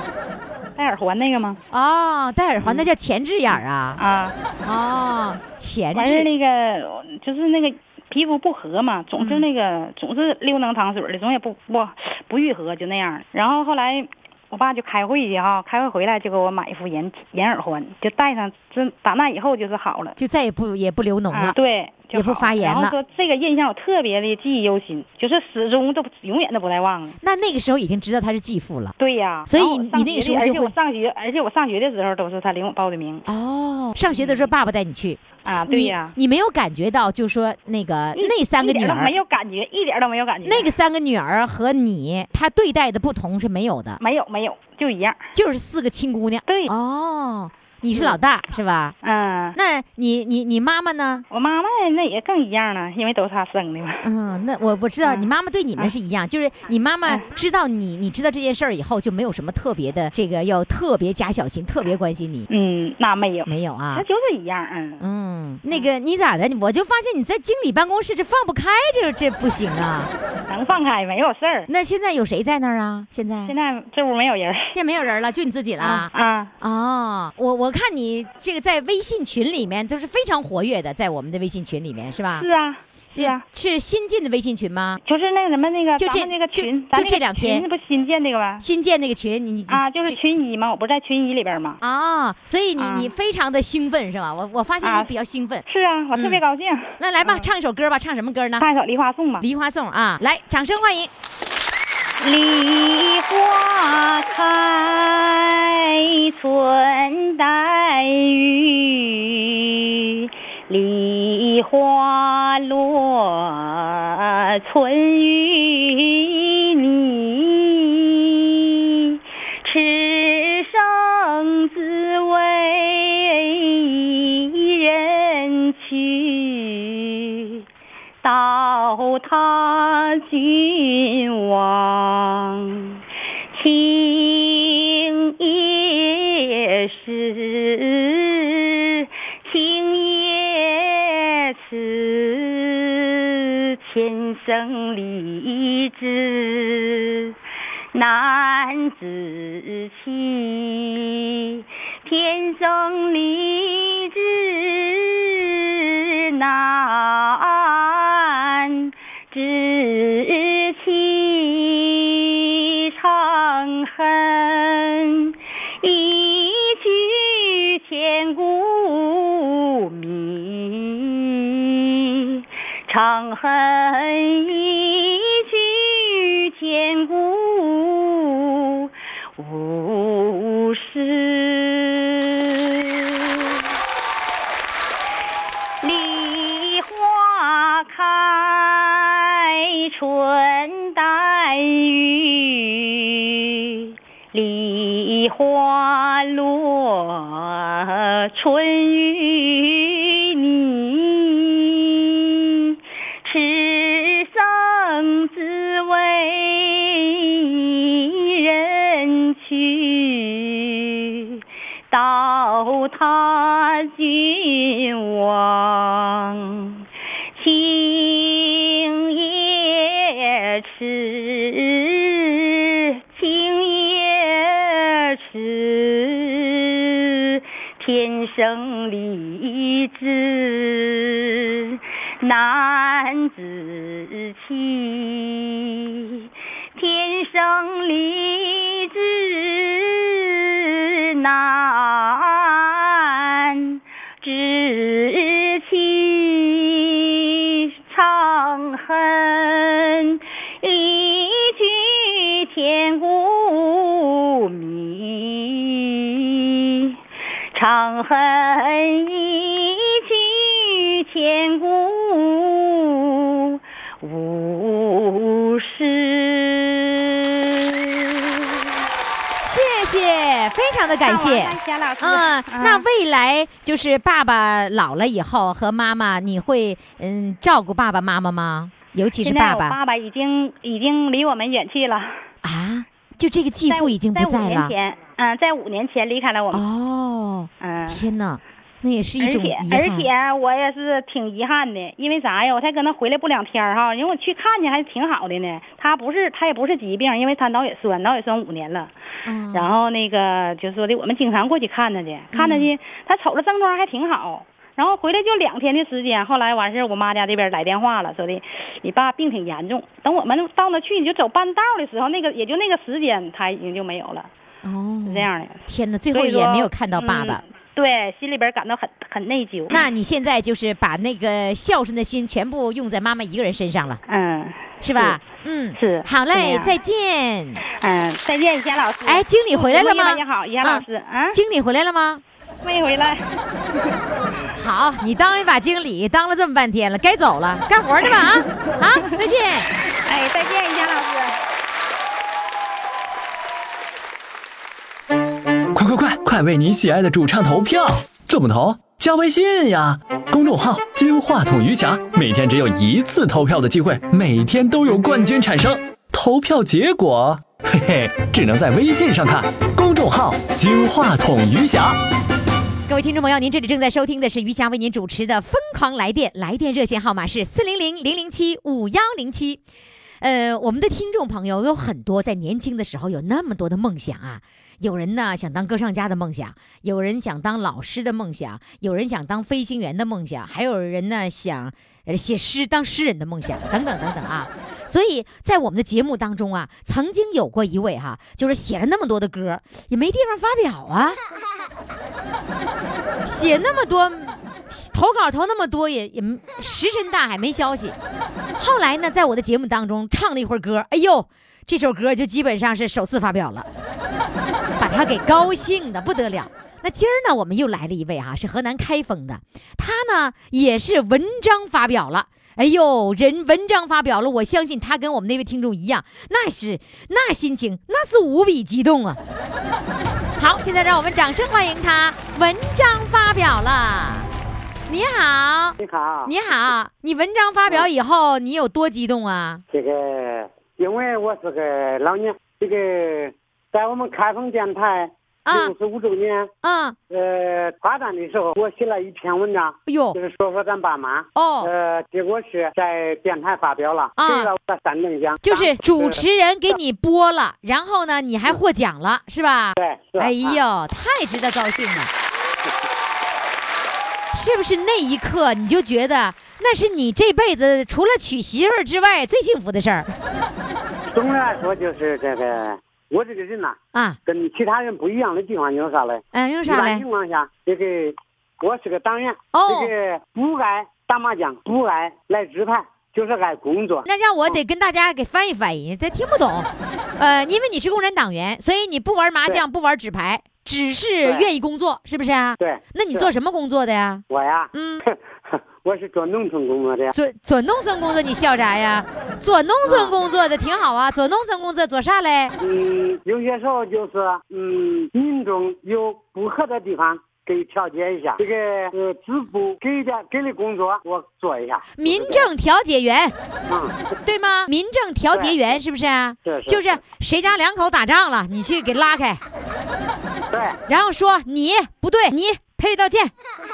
G: 戴耳环那个吗？
C: 哦，戴耳环那叫前置眼儿啊？
G: 啊，
C: 哦，前
G: 完事儿
C: 置。
G: 那个就是那个皮肤不和嘛，总
C: 嗯
G: 是那个、总是溜能淌水的，总也不不不愈合，就那样儿。然后后来我爸就开会去哈，开会回来就给我买一副眼眼耳环，就戴上，这打那以后就是好了。
C: 就再也不也不流脓了
G: 啊，。对，就
C: 也不
G: 好
C: 发炎
G: 然后
C: 了
G: 说这个印象我特别的记忆犹新，就是始终都不永远都不带忘了。
C: 那那个时候已经知道他是继父了。
G: 对呀、
C: 所以
G: 然后我
C: 你
G: 上
C: 你那个
G: 学
C: 时
G: 的
C: 候就
G: 而且我
C: 会
G: 上学，而且我上学的时候都是他领我报的名
C: 哦，上学的时候爸爸带你去，
G: 啊。对
C: 你
G: 呀、
C: 你没有感觉到，就说那个
G: 一
C: 那三个
G: 一
C: 女
G: 点儿都
C: 儿
G: 没，有感觉，一点儿都没有感觉。
C: 那个三个女儿和你，她对待的不同是没有的，
G: 没有没有，就一样。
C: 就是四个亲姑娘。
G: 对，
C: 哦，你是老大是吧？
G: 嗯，
C: 那你你你妈妈呢？
G: 我妈妈那也更一样了，因为都是她生的嘛。
C: 嗯，那我我知道，
G: 嗯
C: 你妈妈对你们是一样，就是你妈妈知道你，你知道这件事儿以后，就没有什么特别的，这个要特别加小心，特别关心你，
G: 嗯，那没有，
C: 没有啊
G: 那？就是一样。嗯，
C: 嗯，那个你咋的？我就发现你在经理办公室这放不开，这这不行啊。
G: 能放开没有事儿。
C: 那现在有谁在那儿啊？现在
G: 现在这屋没有人儿
C: 现在没有人了，就你自己了。
G: 啊啊，
C: 哦，我我看你这个在微信群里面都是非常活跃的，在我们的微信群里面是吧
G: 是？啊。
C: 这
G: 是啊，
C: 是新进的微信群吗？
G: 就是那个什么那个，
C: 就
G: 咱
C: 这
G: 们那个
C: 就
G: 群，
C: 就
G: 咱那
C: 这
G: 个
C: 两天
G: 群不新建那个吧？
C: 新建那个群，你你
G: 啊，就是群一嘛，我不是在群一里边吗？
C: 啊、所以你、
G: 啊
C: 你非常的兴奋是吧？我我发现
G: 啊
C: 你比较兴奋。
G: 是啊，我特别
C: 嗯
G: 高兴。
C: 那来吧，唱一首歌吧，唱什么歌呢？
G: 唱一首《梨花颂》吧。
C: 《梨花颂》啊，来，掌声欢迎。
G: 梨花开，春带雨；梨花落，春与你。此生只为一人去。到他君王，情也是，情也痴，前生离枝。难自弃，天生丽质难自弃，长恨一曲千古迷。长恨一曲千古无事。梨花开，春带雨；梨花落，春与你。此生只为一人去，到他君王。情也痴，情也痴，天生丽质难自弃，天生丽质难知其长恨，一曲千古迷。长恨一曲千古无事。
C: 谢谢，非常的感谢。
G: 夏老师。
C: 嗯，那未来就是爸爸老了以后和妈妈，你会嗯照顾爸爸妈妈吗？尤其是
G: 现在
C: 爸
G: 我
C: 爸
G: 爸爸已经已经离我们远去了，
C: 啊，就这个继
G: 在
C: 父
G: 五
C: 已经不
G: 在
C: 在
G: 五年
C: 了。
G: 前，嗯，在五年前离开了我们。
C: 哦，
G: 嗯，
C: 天哪，那也是一
J: 而
C: 种
J: 且
C: 遗
J: 而
C: 憾。
J: 且啊我也是挺遗憾的，因为啥呀？我才搁那回来不两天儿哈，因为我去看去还挺好的呢。他不是他也不是疾病，因为他脑血栓，脑血栓五年了。
C: 嗯
J: 然后那个就说的，我们经常过去看他去，看他
C: 嗯
J: 去，他瞅着症状还挺好。然后回来就两天的时间，后来完事儿我妈家这边来电话了，说的你爸病挺严重。等我们到那去，你就走半道的时候，那个也就那个时间，他已经就没有了，
C: 哦，
J: 是这。样的。
C: 天哪，最
J: 所
C: 后
J: 以
C: 也
J: 说
C: 没有看到爸爸。
J: 嗯对，心里边感到很很内疚。
C: 那你现在就是把那个孝顺的心全部用在妈妈一个人身上了，
J: 嗯
C: 是吧？嗯，
J: 是
C: 好
J: 是这
C: 嘞，
J: 样
C: 再见。
J: 嗯，再见，怡霞老师。
C: 哎，经理回来了
J: 祝
C: 吗？
J: 福你们也好，怡霞老师啊，
C: 经理回来了吗？
J: 没回来。
C: 好，你当一把经理，当了这么半天了，该走了，干活去吧啊啊！再见。
J: 哎，再见，怡霞老师。
A: 快快快，快为你喜爱的主唱投票！怎么投？加微信呀，公众号“金话筒余霞”，每天只有一次投票的机会，每天都有冠军产生。投票结果，嘿嘿，只能在微信上看。公众号“金话筒余霞”。
C: 各位听众朋友，您这里正在收听的是余霞为您主持的《疯狂来电》，来电热线号码是四零零零零七五幺零七。呃，我们的听众朋友有很多，在年轻的时候有那么多的梦想啊。有人呢想当歌唱家的梦想，有人想当老师的梦想，有人想当飞行员的梦想，还有人呢想呃写诗当诗人的梦想，等等等等啊。所以在我们的节目当中啊，曾经有过一位哈、就是写了那么多的歌，也没地方发表啊。写那么多，投稿投那么多，也也石沉大海，没消息。后来呢，在我的节目当中唱了一会儿歌，哎呦，这首歌就基本上是首次发表了，把他给高兴的不得了。那今儿呢，我们又来了一位哈、是河南开封的，他呢也是文章发表了。哎呦，人文章发表了，我相信他跟我们那位听众一样，那是那心情，那是无比激动啊！好，现在让我们掌声欢迎他，文章发表了。你好，
K: 你好，
C: 你好，你文章发表以后，你有多激动啊？
K: 这个，因为我是个老年，这个在我们开封电台
C: 啊
K: 六十五周年
C: 嗯，
K: 呃发展的时候，我写了一篇文章，
C: 哎呦
K: 就，是说说咱爸妈。
C: 哦，
K: 呃，结果是在电台发表了，
C: 啊
K: 给了我三等奖，
C: 就是主
K: 呃
C: 持人给你播了，然后呢，你还获奖了，是吧？
K: 对，是
C: 哎
K: 啊
C: 呦，太值得高兴了。 是不是那一刻你就觉得那是你这辈子除了娶媳妇儿之外最幸福的事儿
K: 总的来说就是这个，我这个人呐、
C: 啊？
K: 跟其他人不一样的地方有啥嘞？
C: 嗯，用
K: 一
C: 啥
K: 般
C: 嘞
K: 情？况下，这个我是个党员，
C: 哦
K: 这个不爱打麻将，不爱来支牌，就是爱工作。
C: 那让我得跟大家给翻译翻译，这听不懂。呃，因为你是共产党员，所以你不玩麻将，不玩纸牌，只是
K: 对
C: 愿意工作，是不是啊？
K: 对，
C: 那你
K: 是
C: 做什么工作的呀？
K: 我呀，
C: 嗯，
K: 我是做农村工作的，
C: 做做农村工作，你笑啥呀？做农村工作的挺好啊，做农村工作做啥嘞？
K: 嗯，有些时候就是，嗯，民众有不合的地方。给调解一下，这个呃支部给的给的工作我做一下。
C: 民
K: 就是这样
C: 政调解员，
K: 嗯，
C: 对吗？民政调解员是不是啊？
K: 是是
C: 就是谁家两口打仗了，你去给拉开，
K: 对，
C: 然后说你不对，你赔礼道歉，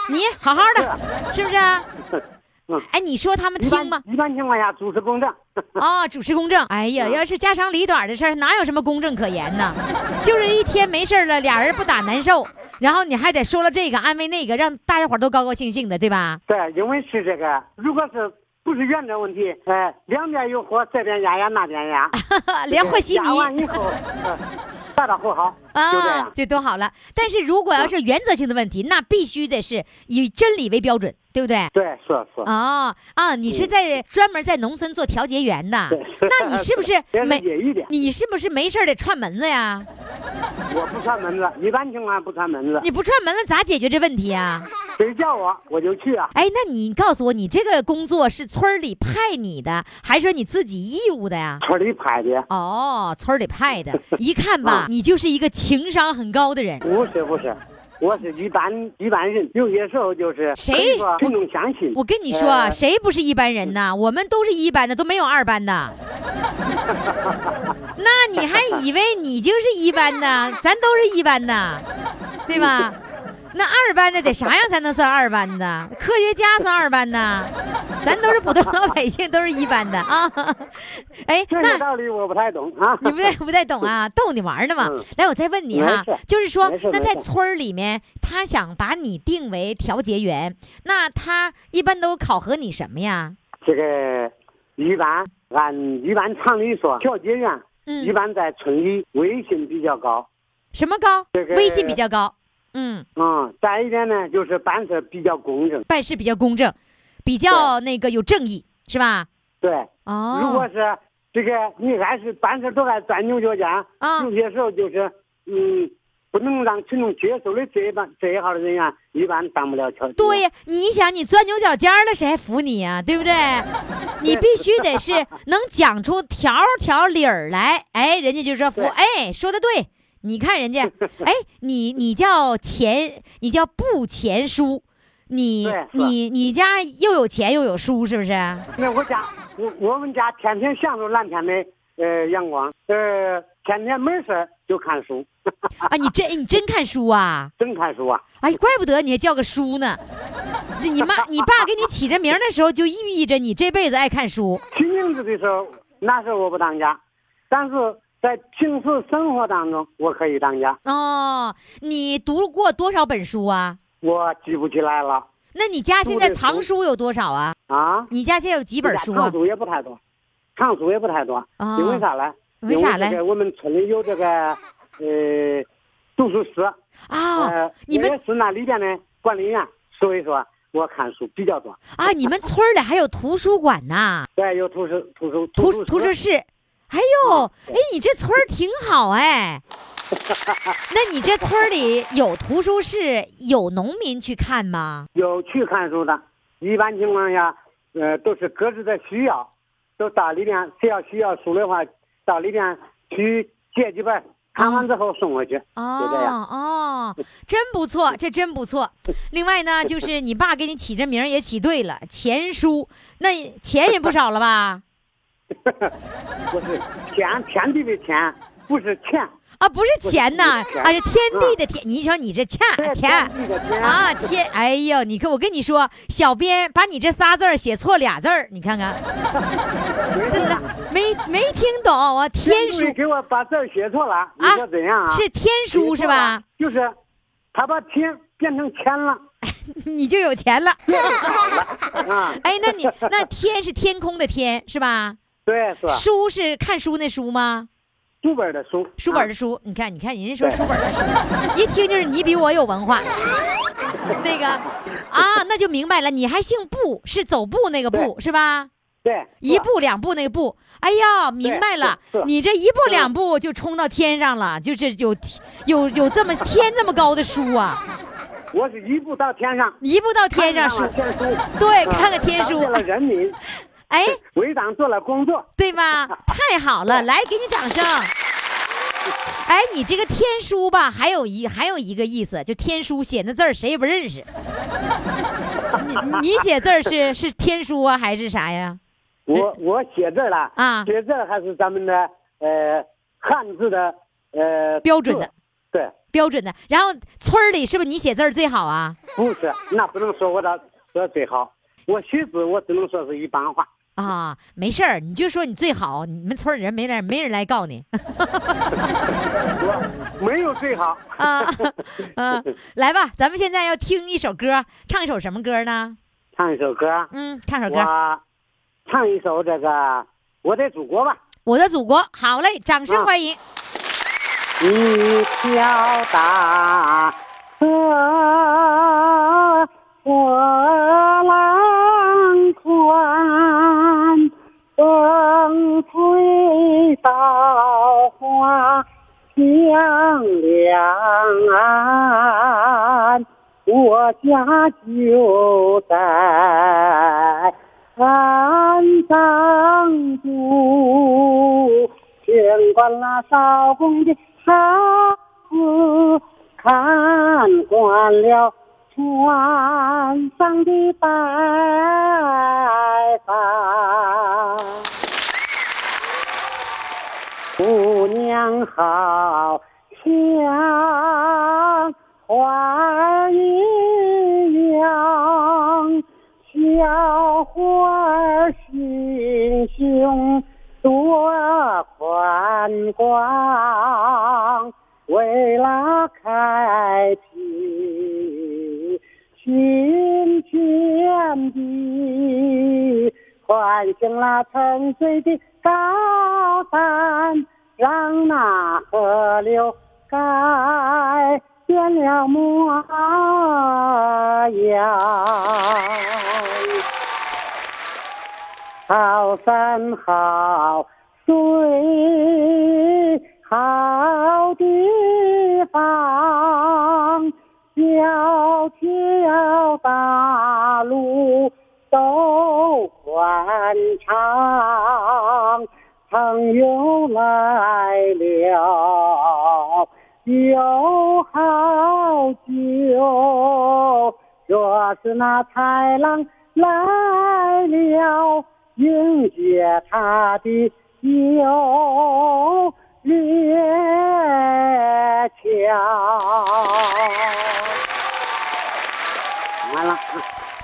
C: 你好好的，是不是啊
K: 是嗯？
C: 哎，你说他们
K: 一
C: 听吗
K: 般？一般情况下主持公正。嗯
C: 啊、主持公正。哎呀，要是家长里短的事儿，哪有什么公正可言呢？就是一天没事儿了，俩人不打难受，然后你还得说了这个安慰那个，让大家伙儿都高高兴兴的，对吧？
K: 对，因为是这个，如果是不是原则问题，呃，两边有火，这边压压，那边 压，
B: 啊
C: 连和稀泥
K: 压完以后， 呃 大大好好，就这
C: 啊
K: 样，。
C: 这多好了。但是如果要是原则性的问题，那必须得是以真理为标准，对不对？
K: 对，嗯是
B: 啊
K: 是，
C: 哦啊，你是在专门在农村做调解员的，那你是不 是
K: 别
C: 没
K: 理？解一点，
C: 你是不是没事儿得串门子呀？
K: 我不串 门子，一般情况下不串门子，
C: 你不串门子咋解决这问题啊？
K: 谁叫我我就去啊。
C: 哎，那你告诉我，你这个工作是村儿里派你的，还是说你自己义务的呀？
K: 村里拍的，嗯
C: 哦，村儿里派 的，一看吧，你就是一个情商很高的人。
K: 不是不是，我是一般一般人，有些时候就是
C: 谁
K: 可以说群众相信，
C: 我跟你说啊，
K: 呃
C: 谁不是一般人呐？我们都是一班的，都没有二班的。那你还以为你就是一班呢？咱都是一班的，对吧？那二班的得啥样才能算二班的？科学家算二班的，咱都是普通老百姓，都是一班的啊。哎，
K: 这
C: 那
K: 个道理我不太懂啊。
C: 你不太不太懂啊，逗你玩儿呢嘛
K: 嗯。
C: 来，我再问你哈
K: 没事，
C: 就是说
K: 没事，
C: 那在
K: 没事
C: 村儿里面，他想把你定为调解员，那他一般都考核你什么呀？
K: 这个一般按一般常理说，调解员一
C: 嗯，
K: 般在村里威信比较高。
C: 什么高
K: 这？个
C: 威信比较高，嗯，
K: 嗯，再一点呢，就是办事比较公正。
C: 办事比较公正，比较那个有正义，是吧？
K: 对，如果
C: 哦，
K: 是这个你还是办事都爱钻牛角尖，
C: 啊
K: 有些时候就是嗯，不能让群众接受的这一帮这一号的人员，一般当不了调解。
C: 对，呀，你想你钻牛角尖儿了，谁还服你呀、对不 对？你必须得是能讲出条条理儿来，哎，人家就说服，
K: 对
C: 哎，说的对。你看 人家，哎，你你叫钱，你叫不钱叔，你
K: 对是
C: 你你家又有钱又有书，是不啊是？
K: 那我家我我们家天天享受蓝天的呃阳光，呃，天天没事儿就看书，
C: 啊，你真你真看书啊？
K: 真看书啊。
C: 哎，怪不得你还叫个叔呢。那你妈你爸给你起这名儿的时候，就寓意着你这辈子爱看书。
K: 起名字的时候，那时候我不当家，但是在平时生活当中，我可以当家。
C: 哦，你读过多少本书啊？
K: 我记不起来了
C: 那你家现在藏书有多少啊？
K: 啊。
C: 你家现在有几本书啊
K: 藏？书也不太多，藏书也不太多，
C: 啊
K: 因为啥嘞？
C: 为啥嘞
K: 因这个我们村里有这个呃读书室，
C: 啊
K: 呃，
C: 你
K: 也
C: 们
K: 是那里边的管理员，所以说我看书比较多。
C: 啊，你们村儿里还有图书馆呐，
K: 对，有图书图书
C: 图
K: 图
C: 图书
K: 室
C: 室。
K: 啊
C: 哎呦，哎，你这村儿挺好 哎。那你这村儿里有图书室，有农民去看吗？
K: 有去看书的，一般情况下，呃，都是各自的需要，都到里边，谁要需要书的话，到里边去借几本，看完之后送回去。
C: 哦
K: 就这样
C: 哦，真不错，这真不 错。另外呢，就是你爸给你起这名儿也起对了，钱叔，那钱也不少了吧？
K: 不是天天地的天，不是钱，
C: 啊，不是钱呐，
K: 不是钱
C: 啊是天地的天。你瞅你这恰
K: 对
C: 天
K: 天地的天
C: 啊天，哎呦，你看我跟你说，小编把你这仨字儿写错俩字儿，你看 看，真的没没听懂啊，天
K: 注
C: 书
K: 意给我把字儿写错了，你说怎样啊？
C: 是天书是吧？？
K: 就是，他把天变成钱了
C: 你就有钱了。
K: 啊！
C: 哎，那你那天是天空的天是吧？
K: 对，是吧？
C: 书是看书那书吗？
K: 啊书本的书，
C: 书本的
K: 的
C: 书，你看，你看，人家说书本的书，一听就是你比我有文 化。那个啊，那就明白了，你还姓步，是走步那个步是吧？
K: 对，
C: 一步两步那个步，哎呀，明白了
K: 是，嗯
C: 你这一步两步就冲到天上了，就是有有有这么天这么高的书啊，
K: 我是一步到天上，
C: 一步到天上书
K: 看，上了天书，
C: 对，
K: 啊
C: 看看天书
K: 感，谢了人民，
C: 哎，
K: 为党做了工作，
C: 对 吧？太好了，来，给你掌声。哎，你这个天书吧，还有一还有一个意思，就天书写那字儿谁也不认 识。你你写字儿是是天书啊，还是啥呀？
K: 我我写字儿了
C: 啊
K: 写字儿还是咱们的呃汉字的呃
C: 标准的，
K: 对，
C: 标准的。然后村儿里是不是你写字儿最好啊？
K: 不是，那不能说我的说最好，我写字我只能说是一般化，
C: 啊，没事儿，你就说你最好，你们村儿里人没人没人来告你
K: 我 没有最好，
C: 啊。嗯、来吧，咱们现在要听一首歌，唱一首什么歌呢？
K: 唱一首歌，
C: 嗯，唱首歌。
K: 我唱一首这个我的祖国吧。
C: 我的祖国，好嘞，掌声
K: 啊
C: 欢迎。
K: 一条大河波浪宽，风吹稻花香两岸。我家就在安藏都，听惯了少公的孩子，看惯了船上的白帆。姑娘好像花儿一
L: 过心胸多宽广，为了开辟新天地，唤醒了沉睡的高山，让那河流改变了模样。好山好水好地方，小桥大路都宽敞，朋友来了有好酒，若是那豺狼来了。迎接他的有列强。完了。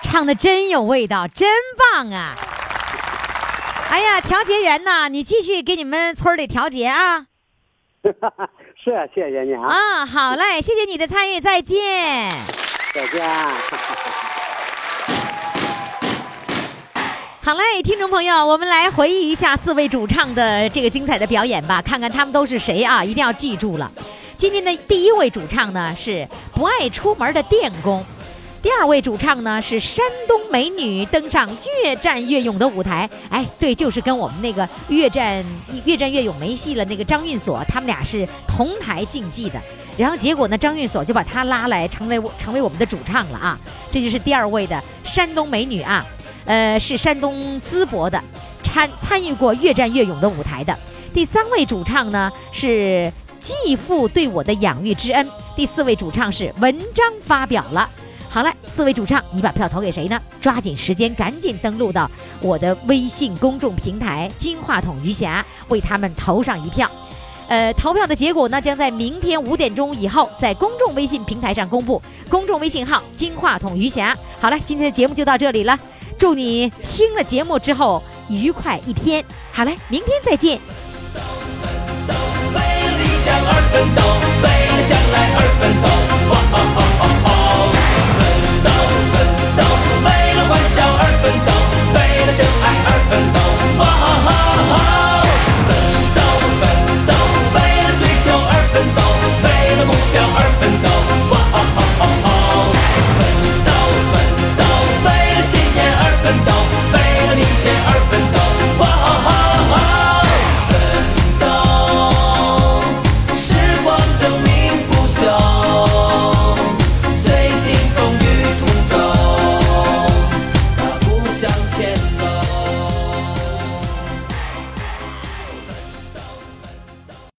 C: 唱的真有味道，真棒啊！哎呀，调节员呐，你继续给你们村儿里调节啊！
K: 是，谢谢你啊，
C: 啊，好嘞，谢谢你的参与，再见。
K: 再见。
C: 好嘞，听众朋友，我们来回忆一下四位主唱的这个精彩的表演吧，看看他们都是谁啊！一定要记住了。今天的第一位主唱呢是不爱出门的电工，第二位主唱呢是山东美女登上越战越勇的舞台。哎，对，就是跟我们那个越战越战越勇没戏了那个张运锁，他们俩是同台竞技的。然后结果呢，张运锁就把他拉来，成为我成为我们的主唱了啊！这就是第二位的山东美女啊。呃，是山东淄博的，参参与过越战越勇的舞台的。第三位主唱呢是继父对我的养育之恩。第四位主唱是文章发表了。好了，四位主唱，你把票投给谁呢？抓紧时间，赶紧登录到我的微信公众平台“金话筒余霞”，为他们投上一票。呃，投票的结果呢，将在明天五点钟以后在公众微信平台上公布。公众微信号“金话筒余霞”。好了，今天的节目就到这里了，祝你听了节目之后愉快一天。好嘞，明天再见。
D: 为了理想而奋斗，为了将来而奋斗。